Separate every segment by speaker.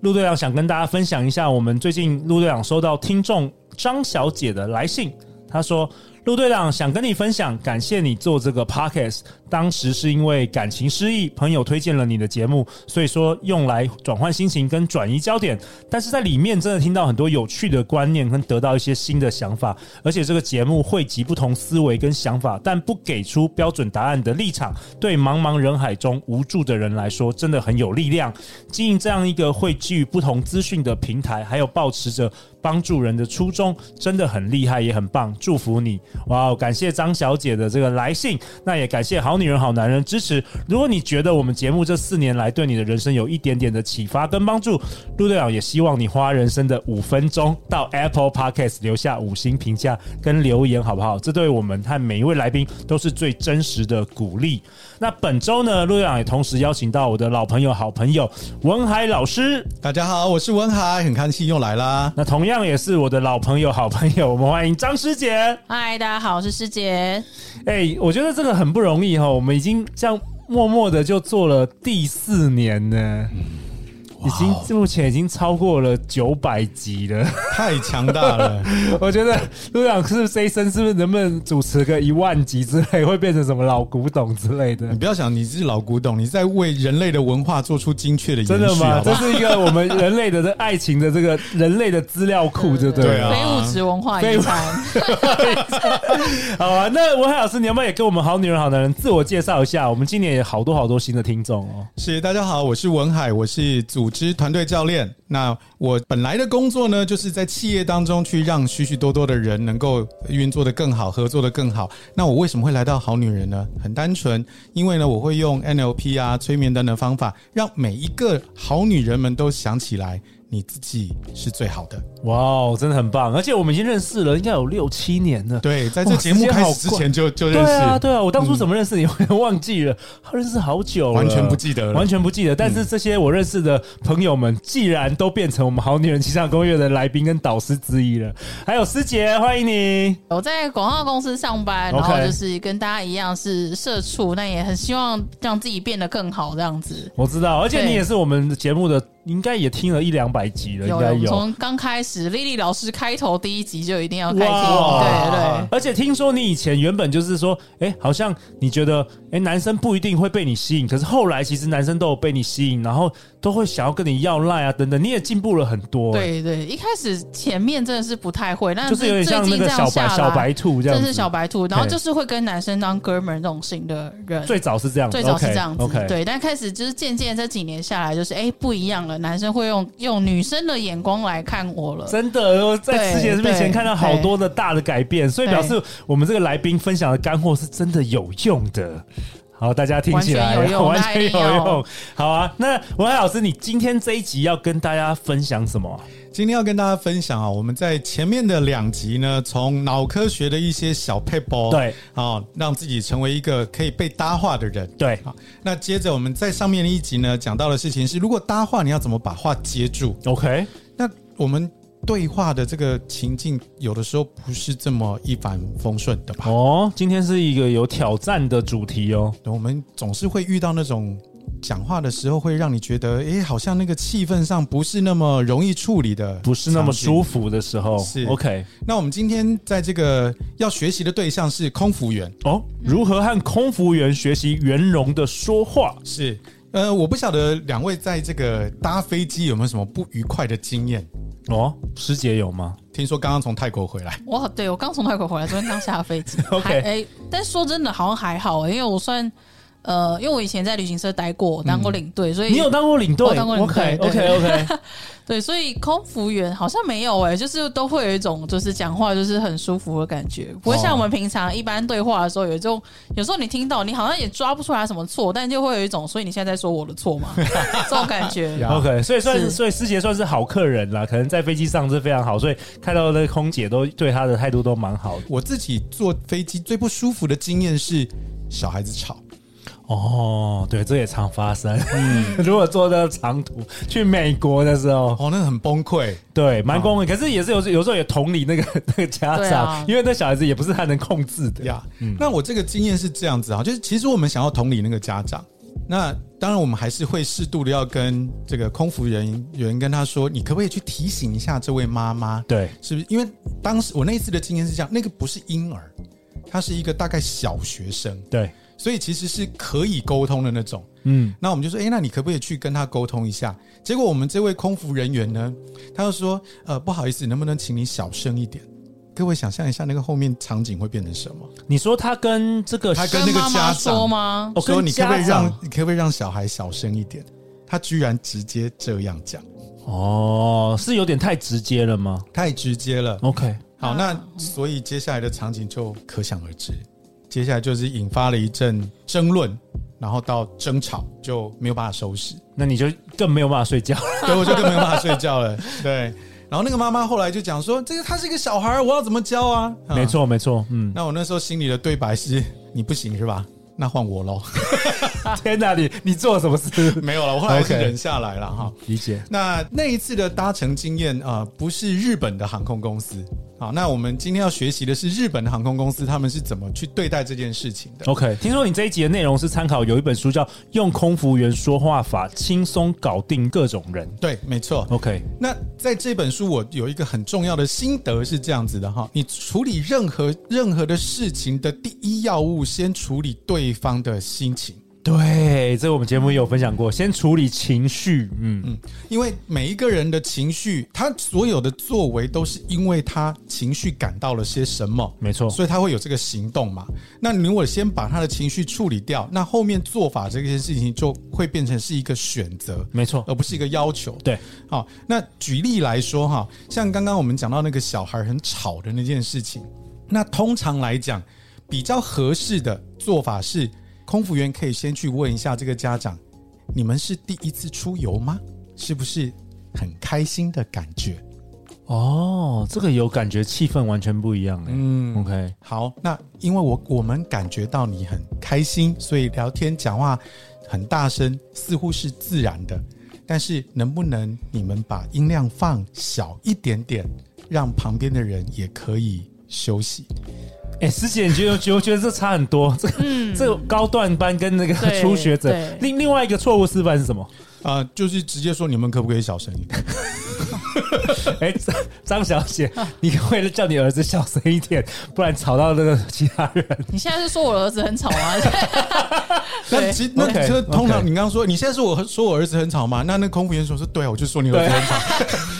Speaker 1: 陆队长想跟大家分享一下，我们最近陆队长收到听众张小姐的来信，她说：“陆队长想跟你分享，感谢你做这个 podcast。当时是因为感情失意，朋友推荐了你的节目，所以说用来转换心情跟转移焦点。但是在里面真的听到很多有趣的观念，跟得到一些新的想法。而且这个节目汇集不同思维跟想法，但不给出标准答案的立场，对茫茫人海中无助的人来说，真的很有力量。经营这样一个汇聚不同资讯的平台，还有保持着帮助人的初衷，真的很厉害，也很棒。祝福你！哇哦，感谢张小姐的这个来信，那也感谢好女人、好男人支持。如果你觉得我们节目这四年来对你的人生有一点点的启发跟帮助，陆队长也希望你花人生的五分钟到 Apple Podcast 留下五星评价跟留言，好不好？这对我们和每一位来宾都是最真实的鼓励。那本周呢，陆队长也同时邀请到我的老朋友、好朋友文海老师，
Speaker 2: 大家好，我是文海，很开心又来啦。
Speaker 1: 那同样也是我的老朋友、好朋友，我们欢迎张师姐。
Speaker 3: 嗨，大家好，我是师姐。
Speaker 1: 哎、我觉得这个很不容易哈，我们已经这样默默的就做了第四年呢，已经
Speaker 2: 哇哦
Speaker 1: 目前已经超过了九百集了。
Speaker 2: 太强大了，
Speaker 1: 我觉得陆长是不是这一生是不是能不能主持个一万集之类，会变成什么老古董之类的
Speaker 2: 你？不要想你是老古董，你在为人类的文化做出精确的延续，
Speaker 1: 真的吗？
Speaker 2: 好不
Speaker 1: 这
Speaker 2: 好
Speaker 1: 是一个我们人类的这爱情的这个人类的资料库，对不对？
Speaker 2: 对啊
Speaker 3: 非物质文化遗产，
Speaker 1: 好啊，那文海老师，你要不要也跟我们好女人好男人自我介绍一下？我们今年也好多好多新的听众哦。
Speaker 2: 是大家好，我是文海，我是组织团队教练。那我本来的工作呢，就是在企业当中去让许许多多的人能够运作的更好，合作的更好。那我为什么会来到好女人呢？很单纯，因为呢，我会用 NLP 啊、催眠等等方法，让每一个好女人们都想起来，你自己是最好的。
Speaker 1: 哇哦，真的很棒！而且我们已经认识了，应该有六七年了。
Speaker 2: 对，在
Speaker 1: 哇
Speaker 2: 这节目
Speaker 1: 时间
Speaker 2: 开
Speaker 1: 好
Speaker 2: 始之
Speaker 1: 快
Speaker 2: 前就就
Speaker 1: 对
Speaker 2: 认识，
Speaker 1: 啊，对啊，我当初怎么认识你，我也忘记了，认识好久了，嗯
Speaker 2: 完全不记得了
Speaker 1: 完全不记得。但是这些我认识的朋友们，既然都变成我们好女人气象公约的来宾跟导师之一了，还有师姐，欢迎你。
Speaker 3: 我在广告公司上班，然后
Speaker 1: OK
Speaker 3: 就是跟大家一样是社畜，那也很希望让自己变得更好这样子。
Speaker 1: 我知道，而且
Speaker 3: 对
Speaker 1: 你也是我们节目的，应该也听了一两百集了，应该有。
Speaker 3: 从刚开始丽丽老师开头第一集就一定要开听，
Speaker 1: 哇
Speaker 3: 对对。
Speaker 1: 而且听说你以前原本就是说，哎、好像你觉得，哎、男生不一定会被你吸引，可是后来其实男生都有被你吸引，然后都会想要跟你要赖啊等等，你也进步了很多、诶
Speaker 3: 对对，一开始前面真的是不太会，但
Speaker 1: 就是有点
Speaker 3: 最
Speaker 1: 像那
Speaker 3: 近这
Speaker 1: 个小
Speaker 3: 样
Speaker 1: 白
Speaker 3: 下
Speaker 1: 小
Speaker 3: 来
Speaker 1: 白，兔这样
Speaker 3: 真
Speaker 1: 子，
Speaker 3: 是小白兔，然后
Speaker 1: 嘿
Speaker 3: 就是会跟男生当哥们儿那种型的人，
Speaker 1: 最早是这样子，
Speaker 3: 最早是这样子
Speaker 1: OK，, o k
Speaker 3: 对。但开始就是渐渐这几年下来，就是哎、不一样了，男生会用用女生的眼光来看我了。
Speaker 1: 真的，我在
Speaker 3: 对
Speaker 1: 师姐面前
Speaker 3: 对
Speaker 1: 看到好多的大的改变，所以
Speaker 3: 对
Speaker 1: 表示我们这个来宾分享的干货是真的有用的。好，大家听起来
Speaker 3: 完全有用
Speaker 1: 完全有
Speaker 3: 大家一定
Speaker 1: 用
Speaker 3: 要。
Speaker 1: 好啊，那文海老师，你今天这一集要跟大家分享什么啊？
Speaker 2: 今天要跟大家分享啊，我们在前面的两集呢，从脑科学的一些小 p a p e
Speaker 1: 对
Speaker 2: 哦，让自己成为一个可以被搭话的人。
Speaker 1: 对
Speaker 2: 好，那接着我们在上面的一集呢，讲到的事情是，如果搭话，你要怎么把话接住？
Speaker 1: ，OK，
Speaker 2: 那我们对话的这个情境，有的时候不是这么一帆风顺的吧？
Speaker 1: 哦，今天是一个有挑战的主题哦。
Speaker 2: 我们总是会遇到那种讲话的时候，会让你觉得，诶，好像那个气氛上不是那么容易处理的，
Speaker 1: 不是那么
Speaker 2: 服。
Speaker 1: 舒服的时候
Speaker 2: 是
Speaker 1: ，OK，
Speaker 2: 那我们今天在这个要学习的对象是空服员，
Speaker 1: 哦，如何和空服员学习圆融的说话？
Speaker 2: 是。呃，我不晓得两位在这个搭飞机有没有什么不愉快的经验？
Speaker 1: 哦，师姐有吗？
Speaker 2: 听说刚刚从泰国回来，
Speaker 3: 哇，对我刚从泰国回来，昨天刚下飞机
Speaker 1: 。OK
Speaker 3: 还哎、但说真的，好像还好、因为我算呃，因为我以前在旅行社待过，当过领队，所以
Speaker 1: 嗯你有当过领队
Speaker 3: 我当过领队
Speaker 1: OK OK OK，
Speaker 3: 对，所以空服员好像没有哎、就是都会有一种就是讲话就是很舒服的感觉，不会
Speaker 1: 哦
Speaker 3: 像我们平常一般对话的时候有一种，有时候你听到你好像也抓不出来什么错，但就会有一种，所以你现在在说我的错嘛， 这种感觉。
Speaker 2: 呀
Speaker 1: OK，所以算
Speaker 3: 是
Speaker 1: 所以师姐啊算是好客人啦，可能在飞机上是非常好，所以看到那个空姐都对她的态度都蛮好的。
Speaker 2: 我自己坐飞机最不舒服的经验是小孩子吵，
Speaker 1: 哦，对，这也常发生。嗯， 如果坐到长途去美国的时候，
Speaker 2: 哦，那很崩溃。
Speaker 1: 对，蛮公平，可是也是有有时候也同理那个 那个家
Speaker 3: 对
Speaker 1: 长，
Speaker 3: 啊
Speaker 1: 因为那小孩子也不是他能控制的。
Speaker 2: 呀、那我这个经验是这样子啊，就是其实我们想要同理那个家长，那当然我们还是会适度的要跟这个空服人员跟他说，你可不可以去提醒一下这位妈妈，
Speaker 1: 对，
Speaker 2: 是不是？因为当时我那一次的经验是这样，那个不是婴儿，他是一个大概小学生，
Speaker 1: 对，
Speaker 2: 所以其实是可以沟通的那种。
Speaker 1: 嗯，
Speaker 2: 那我们就说，哎诶，那你可不可以去跟他沟通一下？结果我们这位空服人员呢，他就说，呃，不好意思，能不能请你小声一点？各位想象一下，那个后面场景会变成什么？
Speaker 1: 你说他跟这个
Speaker 2: 他跟那个
Speaker 3: 妈妈
Speaker 2: 家长
Speaker 3: 说吗？
Speaker 1: 哦
Speaker 2: 说
Speaker 1: 跟
Speaker 2: 你可不可以
Speaker 1: 家长
Speaker 2: 让你可不可以让小孩小声一点？他居然直接这样讲，
Speaker 1: 哦，是有点太直接了吗
Speaker 2: 太直接了。
Speaker 1: ？OK，
Speaker 2: 好，那所以接下来的场景就可想而知，接下来就是引发了一阵争论，然后到争吵就没有办法收 拾，
Speaker 1: 那你就更没有办法睡觉。
Speaker 2: 对，我就更没有办法睡觉了。对，然后那个妈妈后来就讲说，这个他是一个小孩儿，我要怎么教啊？嗯
Speaker 1: 没。错，没错，嗯，
Speaker 2: 那我那时候心里的对白是，你不行是吧？那换我喽。
Speaker 1: 天哪，你你做了什么事？
Speaker 2: 没有了，我后来还是
Speaker 1: OK
Speaker 2: 忍下来了哈。
Speaker 1: 理解，
Speaker 2: 那那一次的搭乘经验啊、呃不是日本的航空公司。好，那我们今天要学习的是日本的航空公司，他们是怎么去对待这件事情的。
Speaker 1: OK，听说你这一集的内容是参考有一本书叫《用空服员说话法轻松搞定各种人
Speaker 2: 对，没错》。。
Speaker 1: OK，
Speaker 2: 那在这本书，我有一个很重要的心得是这样子的哈：你处理任何任何的事情的第一要务，先处理对方的心情。
Speaker 1: 对，这个我们节目也有分享过，先处理情绪，嗯，
Speaker 2: 嗯，因为每一个人的情绪，他所有的作为都是因为他情绪感到了些什么，
Speaker 1: 没错
Speaker 2: 所以他会有这个行动嘛。那你如果先把他的情绪处理掉，那后面做法这件事情就会变成是一个选择，
Speaker 1: 没错，
Speaker 2: 而不是一个要求。
Speaker 1: 对，
Speaker 2: 好，那举例来说哈，像刚刚我们讲到那个小孩很吵的那件事情，那通常来讲，比较合适的做法是，空服员可以先去问一下这个家长，你们是第一次出游吗？是不是很开心的感觉？
Speaker 1: 哦，这个有感觉，气氛完全不一样哎、
Speaker 2: 嗯
Speaker 1: OK，
Speaker 2: 好，那因为我我们感觉到你很开心，所以聊天讲话很大声，似乎是自然的。但是能不能你们把音量放小一点点，让旁边的人也可以休息？
Speaker 1: 哎、师姐，你觉得觉得觉得这差很多，这个、这个高段班跟那个
Speaker 3: 嗯对
Speaker 1: 初学者
Speaker 3: 对，
Speaker 1: 另另外一个错误示范是什 么？
Speaker 2: 啊、就是直接说你们可不可以小声一点？
Speaker 1: 哎、张张小姐，你为了叫你儿子小声一点，不然吵到那个其他人。
Speaker 3: 你现在是说我的儿子很吵吗？
Speaker 2: 那
Speaker 3: 对
Speaker 2: 其实 那
Speaker 1: OK，
Speaker 2: 这通常
Speaker 1: OK
Speaker 2: 你刚刚说你现在说我说我儿子很吵吗？那那空服员说说对啊，我就说你儿子很吵。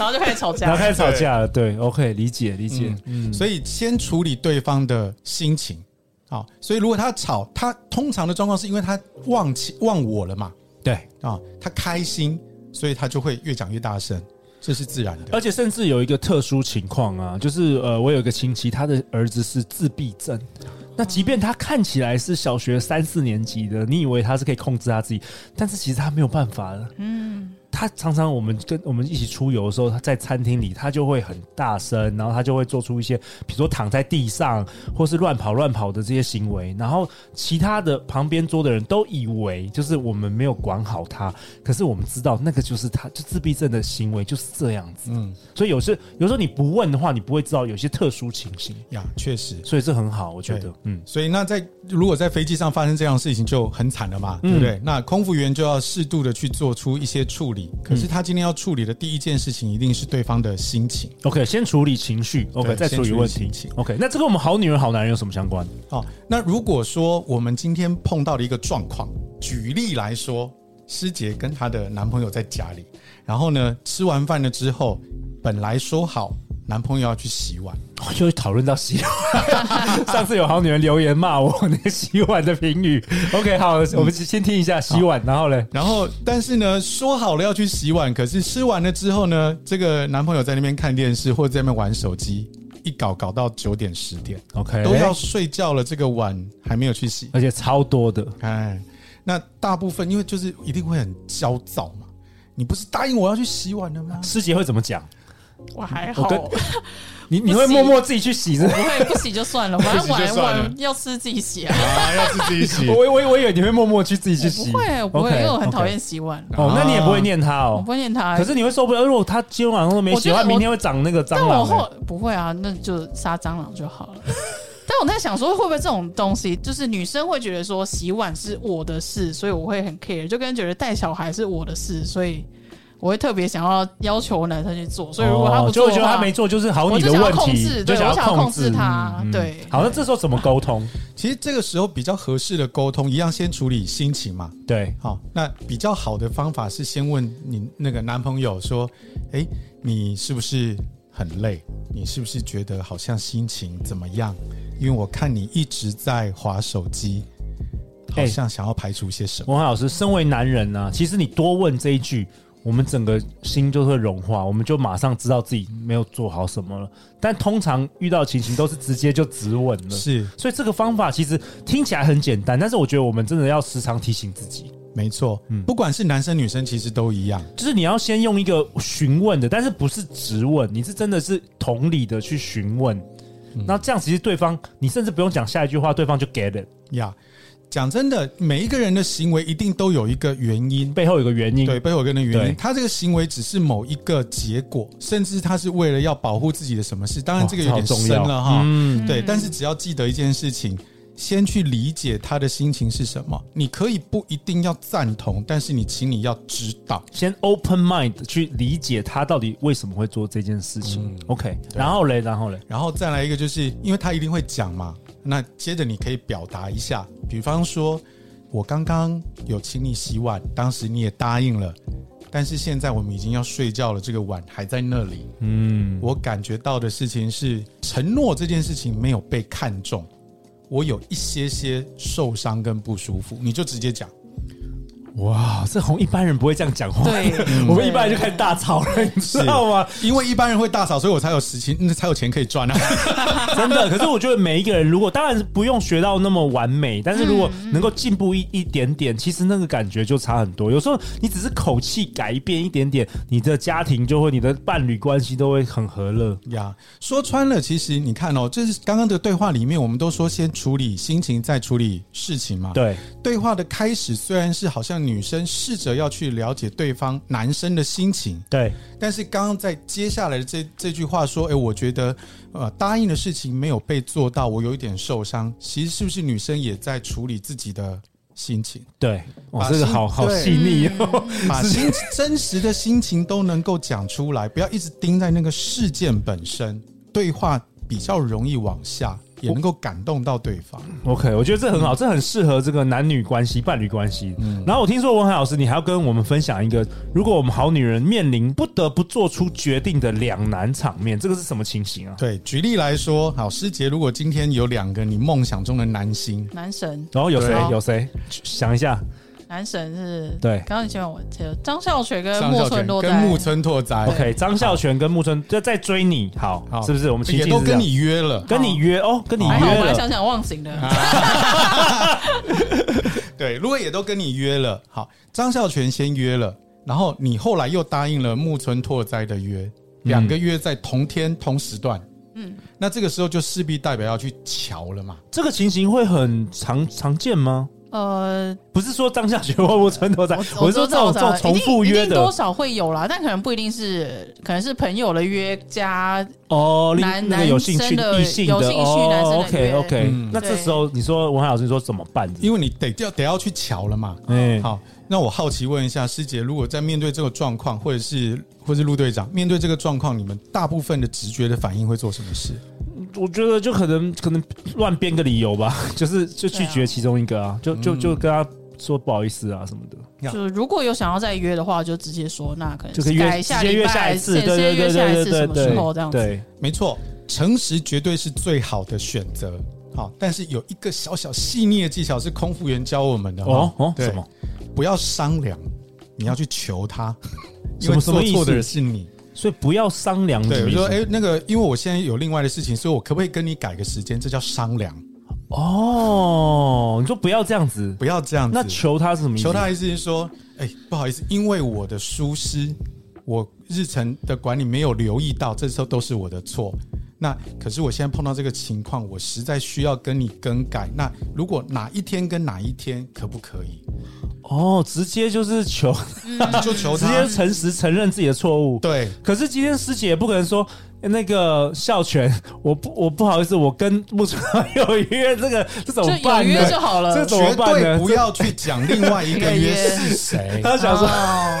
Speaker 3: 然后就开始吵
Speaker 1: 然后
Speaker 3: 架。
Speaker 1: 开始吵架了。对，OK，理解理解。
Speaker 2: 嗯，所以先处理对方的心情。好，所以如果他吵，他通常的状况是因为他忘情忘我了嘛，
Speaker 1: 对，
Speaker 2: 啊，他开心，所以他就会越讲越大声，这是自然的。
Speaker 1: 而且甚至有一个特殊情况啊，就是呃，我有一个亲戚，他的儿子是自闭症。那即便他看起来是小学三四年级的，你以为他是可以控制他自己，但是其实他没有办法了。嗯，他常常我们跟我们一起出游的时候，他在餐厅里，他就会很大声，然后他就会做出一些，比如说躺在地上或是乱跑乱跑的这些行为，然后其他的旁边桌的人都以为就是我们没有管好他，可是我们知道那个就是他，就自闭症的行为就是这样子。
Speaker 2: 嗯
Speaker 1: 所以有时有时候你不问的话，你不会知道有些特殊情形，
Speaker 2: 呀，确实。
Speaker 1: 所以这很好，我觉
Speaker 2: 对
Speaker 1: 得，嗯，
Speaker 2: 所以那在如果在飞机上发生这样的事情就很惨了嘛，对不对？那空服员就要适度的去做出一些处理。可是他今天要处理的第一件事情一定是对方的心情。
Speaker 1: OK，先处理情绪，OK，
Speaker 2: 对
Speaker 1: 再处理
Speaker 2: 先处理
Speaker 1: 问题
Speaker 2: 心情
Speaker 1: ，OK。那这跟我们好女人、好男人有什么相关？
Speaker 2: 哦，那如果说我们今天碰到了一个状况，举例来说，师姐跟她的男朋友在家里，然后呢，吃完饭了之后，本来说好男朋友要去洗碗，
Speaker 1: 又讨论到洗碗， 上次有好女人留言骂我那个洗碗的评语。OK，好，我们先听一下洗碗，然后嘞，
Speaker 2: 然后但是呢，说好了要去洗碗，可是吃完了之后呢，这个男朋友在那边看电视或者在那边玩手机，一搞搞到九点十点，
Speaker 1: OK，
Speaker 2: 都要睡觉了，这个碗还没有去洗。
Speaker 1: 而且超多的，
Speaker 2: 哎，那大部分因为就是一定会很焦躁嘛。你不是答应我要去洗碗的吗？
Speaker 1: 师姐会怎么讲？
Speaker 3: 我还
Speaker 1: 我
Speaker 3: 好，
Speaker 1: 跟你你会
Speaker 3: 不洗
Speaker 1: 默默自己去洗是不是？
Speaker 3: 不会不洗就算了，反正
Speaker 2: 不洗就
Speaker 3: 玩
Speaker 2: 算了
Speaker 3: 玩要吃自己洗啊。
Speaker 2: 啊，要是自己洗
Speaker 1: 我我我以为你会默默去自己去洗，
Speaker 3: 不会，我不会，因
Speaker 1: OK，
Speaker 3: 为我很讨
Speaker 1: OK
Speaker 3: 厌洗碗，
Speaker 1: 哦，那你也不会念他
Speaker 3: 我
Speaker 1: 哦
Speaker 3: 不。会念他。
Speaker 1: 可是你会受不了，如果他今天晚上都没
Speaker 3: 哎我
Speaker 1: 洗，
Speaker 3: 觉得
Speaker 1: 他
Speaker 3: 我
Speaker 1: 明天会长那个蟑
Speaker 3: 但我
Speaker 1: 螂
Speaker 3: 后
Speaker 1: 欸。
Speaker 3: 不会啊，那就杀蟑螂就好了。但我在想说，会不会这种东西，就是女生会觉得说洗碗是我的事，所以我会很 care，就跟觉得带小孩是我的事，所以我会特别想要要求男生去做。所以如果他
Speaker 1: 哦
Speaker 3: 不
Speaker 1: 就
Speaker 3: 做
Speaker 1: 会
Speaker 3: 的
Speaker 1: 觉得
Speaker 3: 话，
Speaker 1: 他没做，就是好
Speaker 3: 我
Speaker 1: 你
Speaker 3: 就
Speaker 1: 的
Speaker 3: 想要
Speaker 1: 问
Speaker 3: 控
Speaker 1: 题，
Speaker 3: 制
Speaker 1: 就
Speaker 3: 对
Speaker 1: 想
Speaker 3: 我想要
Speaker 1: 控嗯
Speaker 3: 控制他对
Speaker 1: 好，那这时候怎么沟通？
Speaker 2: 其实这个时候比较合适的沟通，一样先处理心情嘛。
Speaker 1: 对，
Speaker 2: 好，那比较好的方法是先问你那个男朋友说：“哎、你是不是很累？你是不是觉得好像心情怎么样？因为我看你一直在划手机，好
Speaker 1: 哎
Speaker 2: 像想要排除些什么。
Speaker 1: 文海老师，身为男人呢、其实你多问这一句，我们整个心就会融化，我们就马上知道自己没有做好什么了。但通常遇到情形都是直接就直问了，
Speaker 2: 是
Speaker 1: 所以这个方法其实听起来很简单，但是我觉得我们真的要时常提醒自己，
Speaker 2: 没错，不管是男生女生，其实都一样。
Speaker 1: 就是你要先用一个询问的，但是不是直问，你是真的是同理的去询问。那这样其实对方，你甚至不用讲下一句话，对方就 get it，
Speaker 2: 呀讲真的，每一个人的行为一定都有一个原因，
Speaker 1: 背后有个原因。
Speaker 2: 对，背后有一个人的原
Speaker 1: 对
Speaker 2: 因。他这个行为只是某一个结果，甚至他是为了要保护自己的什么事。当然，
Speaker 1: 哇
Speaker 2: 这个有点
Speaker 1: 这好重
Speaker 2: 深
Speaker 1: 要
Speaker 2: 了哈。
Speaker 1: 嗯
Speaker 2: 对，但是只要记得一件事情。先去理解他的心情是什么，你可以不一定要赞同，但是你请你要知道，
Speaker 1: 先 open mind 去理解他到底为什么会做这件事情。OK，然后嘞，然后嘞，
Speaker 2: 然后再来一个，就是因为他一定会讲嘛，那接着你可以表达一下，比方说，我刚刚有请你洗碗，当时你也答应了，但是现在我们已经要睡觉了，这个碗还在那里。
Speaker 1: 嗯，
Speaker 2: 我感觉到的事情是，承诺这件事情没有被看重，我有一些些受伤跟不舒服，你就直接讲。
Speaker 1: 哇，这红一般人不会这样讲话，
Speaker 3: 对
Speaker 1: 我们一般人就开始大吵了，你知道吗？
Speaker 2: 因为一般人会大吵，所以我才有时情，才有钱可以赚啊。
Speaker 1: 真的，可是我觉得每一个人，如果当然是不用学到那么完美，但是如果能够进步一一点点，其实那个感觉就差很多。有时候你只是口气改变一点点，你的家庭就会，你的伴侣关系都会很和乐。
Speaker 2: 呀说穿了，其实你看哦，这是刚刚的对话里面，我们都说先处理心情，再处理事情嘛。，
Speaker 1: 对，
Speaker 2: 对话的开始虽然是好像女生试着要去了解对方男生的心情，
Speaker 1: 对，
Speaker 2: 但是刚刚在接下来的这这句话说，哎诶，我觉得呃答应的事情没有被做到，我有一点受伤。其实是不是女生也在处理自己的心情，
Speaker 1: 对，哇，
Speaker 2: 把
Speaker 1: 这个
Speaker 2: 心
Speaker 1: 好好
Speaker 2: 对
Speaker 1: 细腻哦。
Speaker 2: 把心真实的心情都能够讲出来，不要一直盯在那个事件本身，对话比较容易往下，也能够感动到对方。
Speaker 1: OK，我觉得这很好，这很适合这个男女关系、伴侣关系。然后我听说文海老师，你还要跟我们分享一个，如果我们好女人面临不得不做出决定的两难场面，这个是什么情形啊？
Speaker 2: 对，举例来说，好，师姐，如果今天有两个你梦想中的男星，
Speaker 3: 男神，
Speaker 1: 然后哦有谁
Speaker 3: 对？
Speaker 1: 有谁？想一下，
Speaker 3: 男神是
Speaker 1: 对
Speaker 3: 刚刚你讲我张孝全跟
Speaker 2: 张
Speaker 3: 呃木
Speaker 2: 孝
Speaker 3: 村
Speaker 2: 全
Speaker 3: 落
Speaker 2: 跟
Speaker 3: 在
Speaker 2: 木村拓哉
Speaker 1: OK，张孝全跟木村就在追你，好，
Speaker 2: 好
Speaker 1: 是不是？我们情
Speaker 2: 也
Speaker 1: 境
Speaker 2: 都
Speaker 1: 是这样，
Speaker 2: 跟你约了。
Speaker 1: 跟你约哦，跟你
Speaker 3: 还好，
Speaker 1: 约
Speaker 3: 我还
Speaker 1: 了，
Speaker 3: 想想忘形了。
Speaker 2: 对，如果也都跟你约了，好，张孝全先约了，然后你后来又答应了木村拓哉的约，两个约在同天同时段，嗯，那这个时候就势必代表要去瞧了嘛。
Speaker 1: 这个情形会很常常见吗？
Speaker 3: 呃，
Speaker 1: 不是说张孝全或木村拓哉，我
Speaker 3: 我
Speaker 1: 是说
Speaker 3: 知
Speaker 1: 这种
Speaker 3: 道
Speaker 1: 这种
Speaker 3: 我知道
Speaker 1: 重复
Speaker 3: 一定
Speaker 1: 约
Speaker 3: 一定多
Speaker 1: 的
Speaker 3: 少会有啦，但可能不一定是，可能是朋友的约加
Speaker 1: 哦，另
Speaker 3: 男
Speaker 1: 那个有兴趣
Speaker 3: 男生的
Speaker 1: 异性
Speaker 3: 有
Speaker 1: 的
Speaker 3: 兴趣男
Speaker 1: 哦
Speaker 3: 生的
Speaker 1: ，OK
Speaker 3: 约
Speaker 1: OK，
Speaker 2: 嗯
Speaker 1: 那这时候你说文海老师你说怎么办？
Speaker 2: 因为你得要得要去瞧了嘛。
Speaker 1: 哎，
Speaker 2: 好，那我好奇问一下师姐，如果在面对这个状况，或者是或是陆队长面对这个状况，你们大部分的直觉的反应会做什么事？
Speaker 1: 我觉得就可能可能乱编个理由吧，就是就拒绝其中一个啊，就就就跟他说不好意思啊什么的，
Speaker 3: 就是如果有想要再约的话，就直接说，那可能
Speaker 1: 就可以约
Speaker 3: 改
Speaker 1: 直
Speaker 3: 下
Speaker 1: 接
Speaker 3: 礼
Speaker 1: 约
Speaker 3: 拜
Speaker 1: 下一次，
Speaker 3: 直
Speaker 1: 对
Speaker 3: 接
Speaker 1: 对
Speaker 3: 约
Speaker 1: 对
Speaker 3: 下一
Speaker 1: 对
Speaker 3: 次
Speaker 1: 对
Speaker 3: 什
Speaker 1: 对
Speaker 3: 么时候
Speaker 1: 对，
Speaker 3: 这样子。
Speaker 1: 对，
Speaker 2: 没错，诚实绝对是最好的选择。好，但是有一个小小细腻的技巧是空服员教我们的
Speaker 1: 哦哦，
Speaker 2: 对
Speaker 1: 什么？
Speaker 2: 不要商量，你要去求他，
Speaker 1: 什
Speaker 2: 因
Speaker 1: 么
Speaker 2: 为
Speaker 1: 什么
Speaker 2: 做
Speaker 1: 意思
Speaker 2: 错的人是你。
Speaker 1: 所以不要商量，
Speaker 2: 对，
Speaker 1: 什
Speaker 2: 我
Speaker 1: 么意
Speaker 2: 说，
Speaker 1: 思
Speaker 2: 哎、那个，因为我现在有另外的事情，所以我可不可以跟你改个时间？这叫商量，
Speaker 1: 哦，你说不要这样子，
Speaker 2: 不要这样子。
Speaker 1: 那求他是什么意思？
Speaker 2: 求他的意思是说，哎、不好意思，因为我的疏失，我日程的管理没有留意到，这时候都是我的错。那可是我现在碰到这个情况，我实在需要跟你更改。那如果哪一天跟哪一天，可不可以？
Speaker 1: 哦，直接就是求，嗯
Speaker 2: 就求
Speaker 1: 直
Speaker 2: 他。
Speaker 1: 接诚实承认自己的错误。
Speaker 2: 对，
Speaker 1: 可是今天师姐也不可能说欸那个孝全，我不我不好意思，我跟木村有约，这个这怎么
Speaker 3: 就有
Speaker 1: 办呢
Speaker 3: 约就？好了。
Speaker 1: 这怎么
Speaker 2: 绝
Speaker 1: 办呢
Speaker 2: 对不要去讲另外一
Speaker 3: 这
Speaker 2: 个约是谁。
Speaker 1: 他想说，
Speaker 3: 哦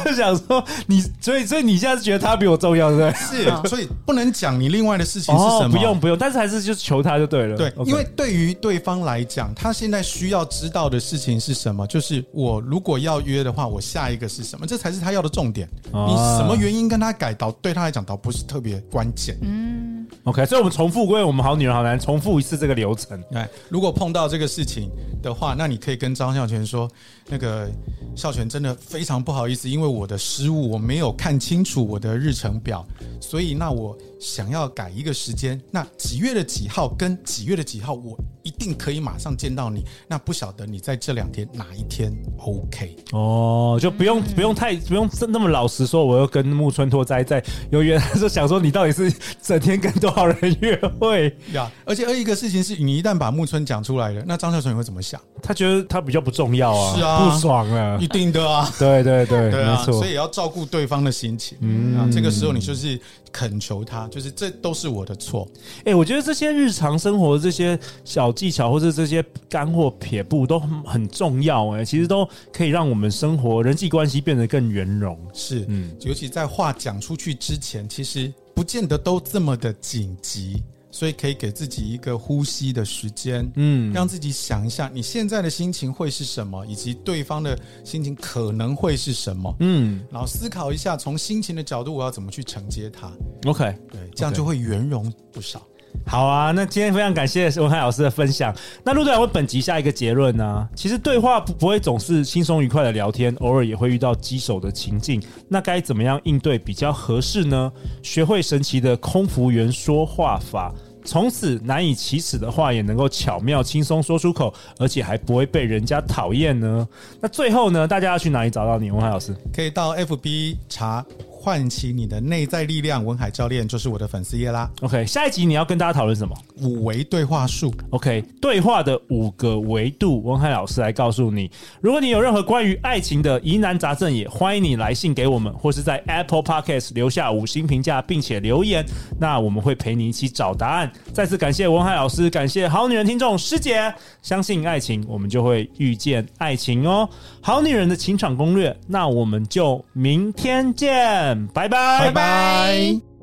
Speaker 1: 他想说你，所以所以你现在是觉得他比我重要，对不对？
Speaker 2: 是
Speaker 3: 啊，
Speaker 2: 所以不能讲你另外的事情是
Speaker 1: 哦
Speaker 2: 什么。
Speaker 1: 不用不用，但是还是就求他就对了。
Speaker 2: 对
Speaker 1: OK
Speaker 2: 因为对于对方来讲，他现在需要知道的事情是什么？就是我如果要约的话，我下一个是什么？这才是他要的重点。
Speaker 1: 啊
Speaker 2: 你什么原因跟他改导，对他来讲倒不是特别关键。
Speaker 3: 嗯，
Speaker 1: OK，所以我们重复归我们好女人好男，重复一次这个流程。
Speaker 2: 哎，如果碰到这个事情的话，那你可以跟张孝全说，那个孝全真的非常不好意思，因为我的失误，我没有看清楚我的日程表，所以那我想要改一个时间，那几月的几号跟几月的几号，我一定可以马上见到你。那不晓得你在这两天哪一天 OK？
Speaker 1: 哦，就不用、
Speaker 2: 嗯
Speaker 1: 不用太不用那么老实说，我要跟木村拓哉在有约，他说想说你到底是整天跟多少人约会？
Speaker 2: 呀、而且二一个事情是你一旦把木村讲出来了，那张孝全会怎么想？
Speaker 1: 他觉得他比较不重要啊，
Speaker 2: 是啊
Speaker 1: 不爽啊
Speaker 2: 一。定的啊。
Speaker 1: 对对对，
Speaker 2: 对啊，
Speaker 1: 没错
Speaker 2: 所。以也要照顾对方的心情。嗯，啊，这个时候你就是恳求他，就是这都是我的错。
Speaker 1: 哎、我觉得这些日常生活的这些小技巧，或者这些干货撇步都很很重要、哎，其实都可以让我们生活人际关系变得更圆融。
Speaker 2: 是，
Speaker 1: 嗯
Speaker 2: 尤其在话讲出去之前，其实不见得都这么的紧急，所以可以给自己一个呼吸的时间，
Speaker 1: 嗯，
Speaker 2: 让自己想一下你现在的心情会是什么，以及对方的心情可能会是什么。
Speaker 1: 嗯
Speaker 2: 然后思考一下，从心情的角度，我要怎么去承接它？
Speaker 1: ，OK。
Speaker 2: 对，这样就会圆融不少。
Speaker 1: 好啊，那今天非常感谢文海老师的分享。那陆队长为本集下一个结论呢、其实对话不不会总是轻松愉快的聊天，偶尔也会遇到棘手的情境，那该怎么样应对比较合适呢？学会神奇的空服员说话法。从此难以启齿的话也能够巧妙轻松说出口，而且还不会被人家讨厌呢。那最后呢，大家要去哪里找到你，文海老师？
Speaker 2: 可以到 FB 查唤起你的内在力量，文海教练就是我的粉丝页啦。
Speaker 1: OK，下一集你要跟大家讨论什么
Speaker 2: 五维对话术，
Speaker 1: ？OK，对话的五个维度，文海老师来告诉你。如果你有任何关于爱情的疑难杂症，也欢迎你来信给我们，或是在 Apple Podcast 留下五星评价，并且留言，那我们会陪你一起找答案。再次感谢文海老师，感谢好女人听众师姐，相信爱情，我们就会遇见爱情哦。好女人的情场攻略，那我们就明天见，拜拜
Speaker 2: 拜拜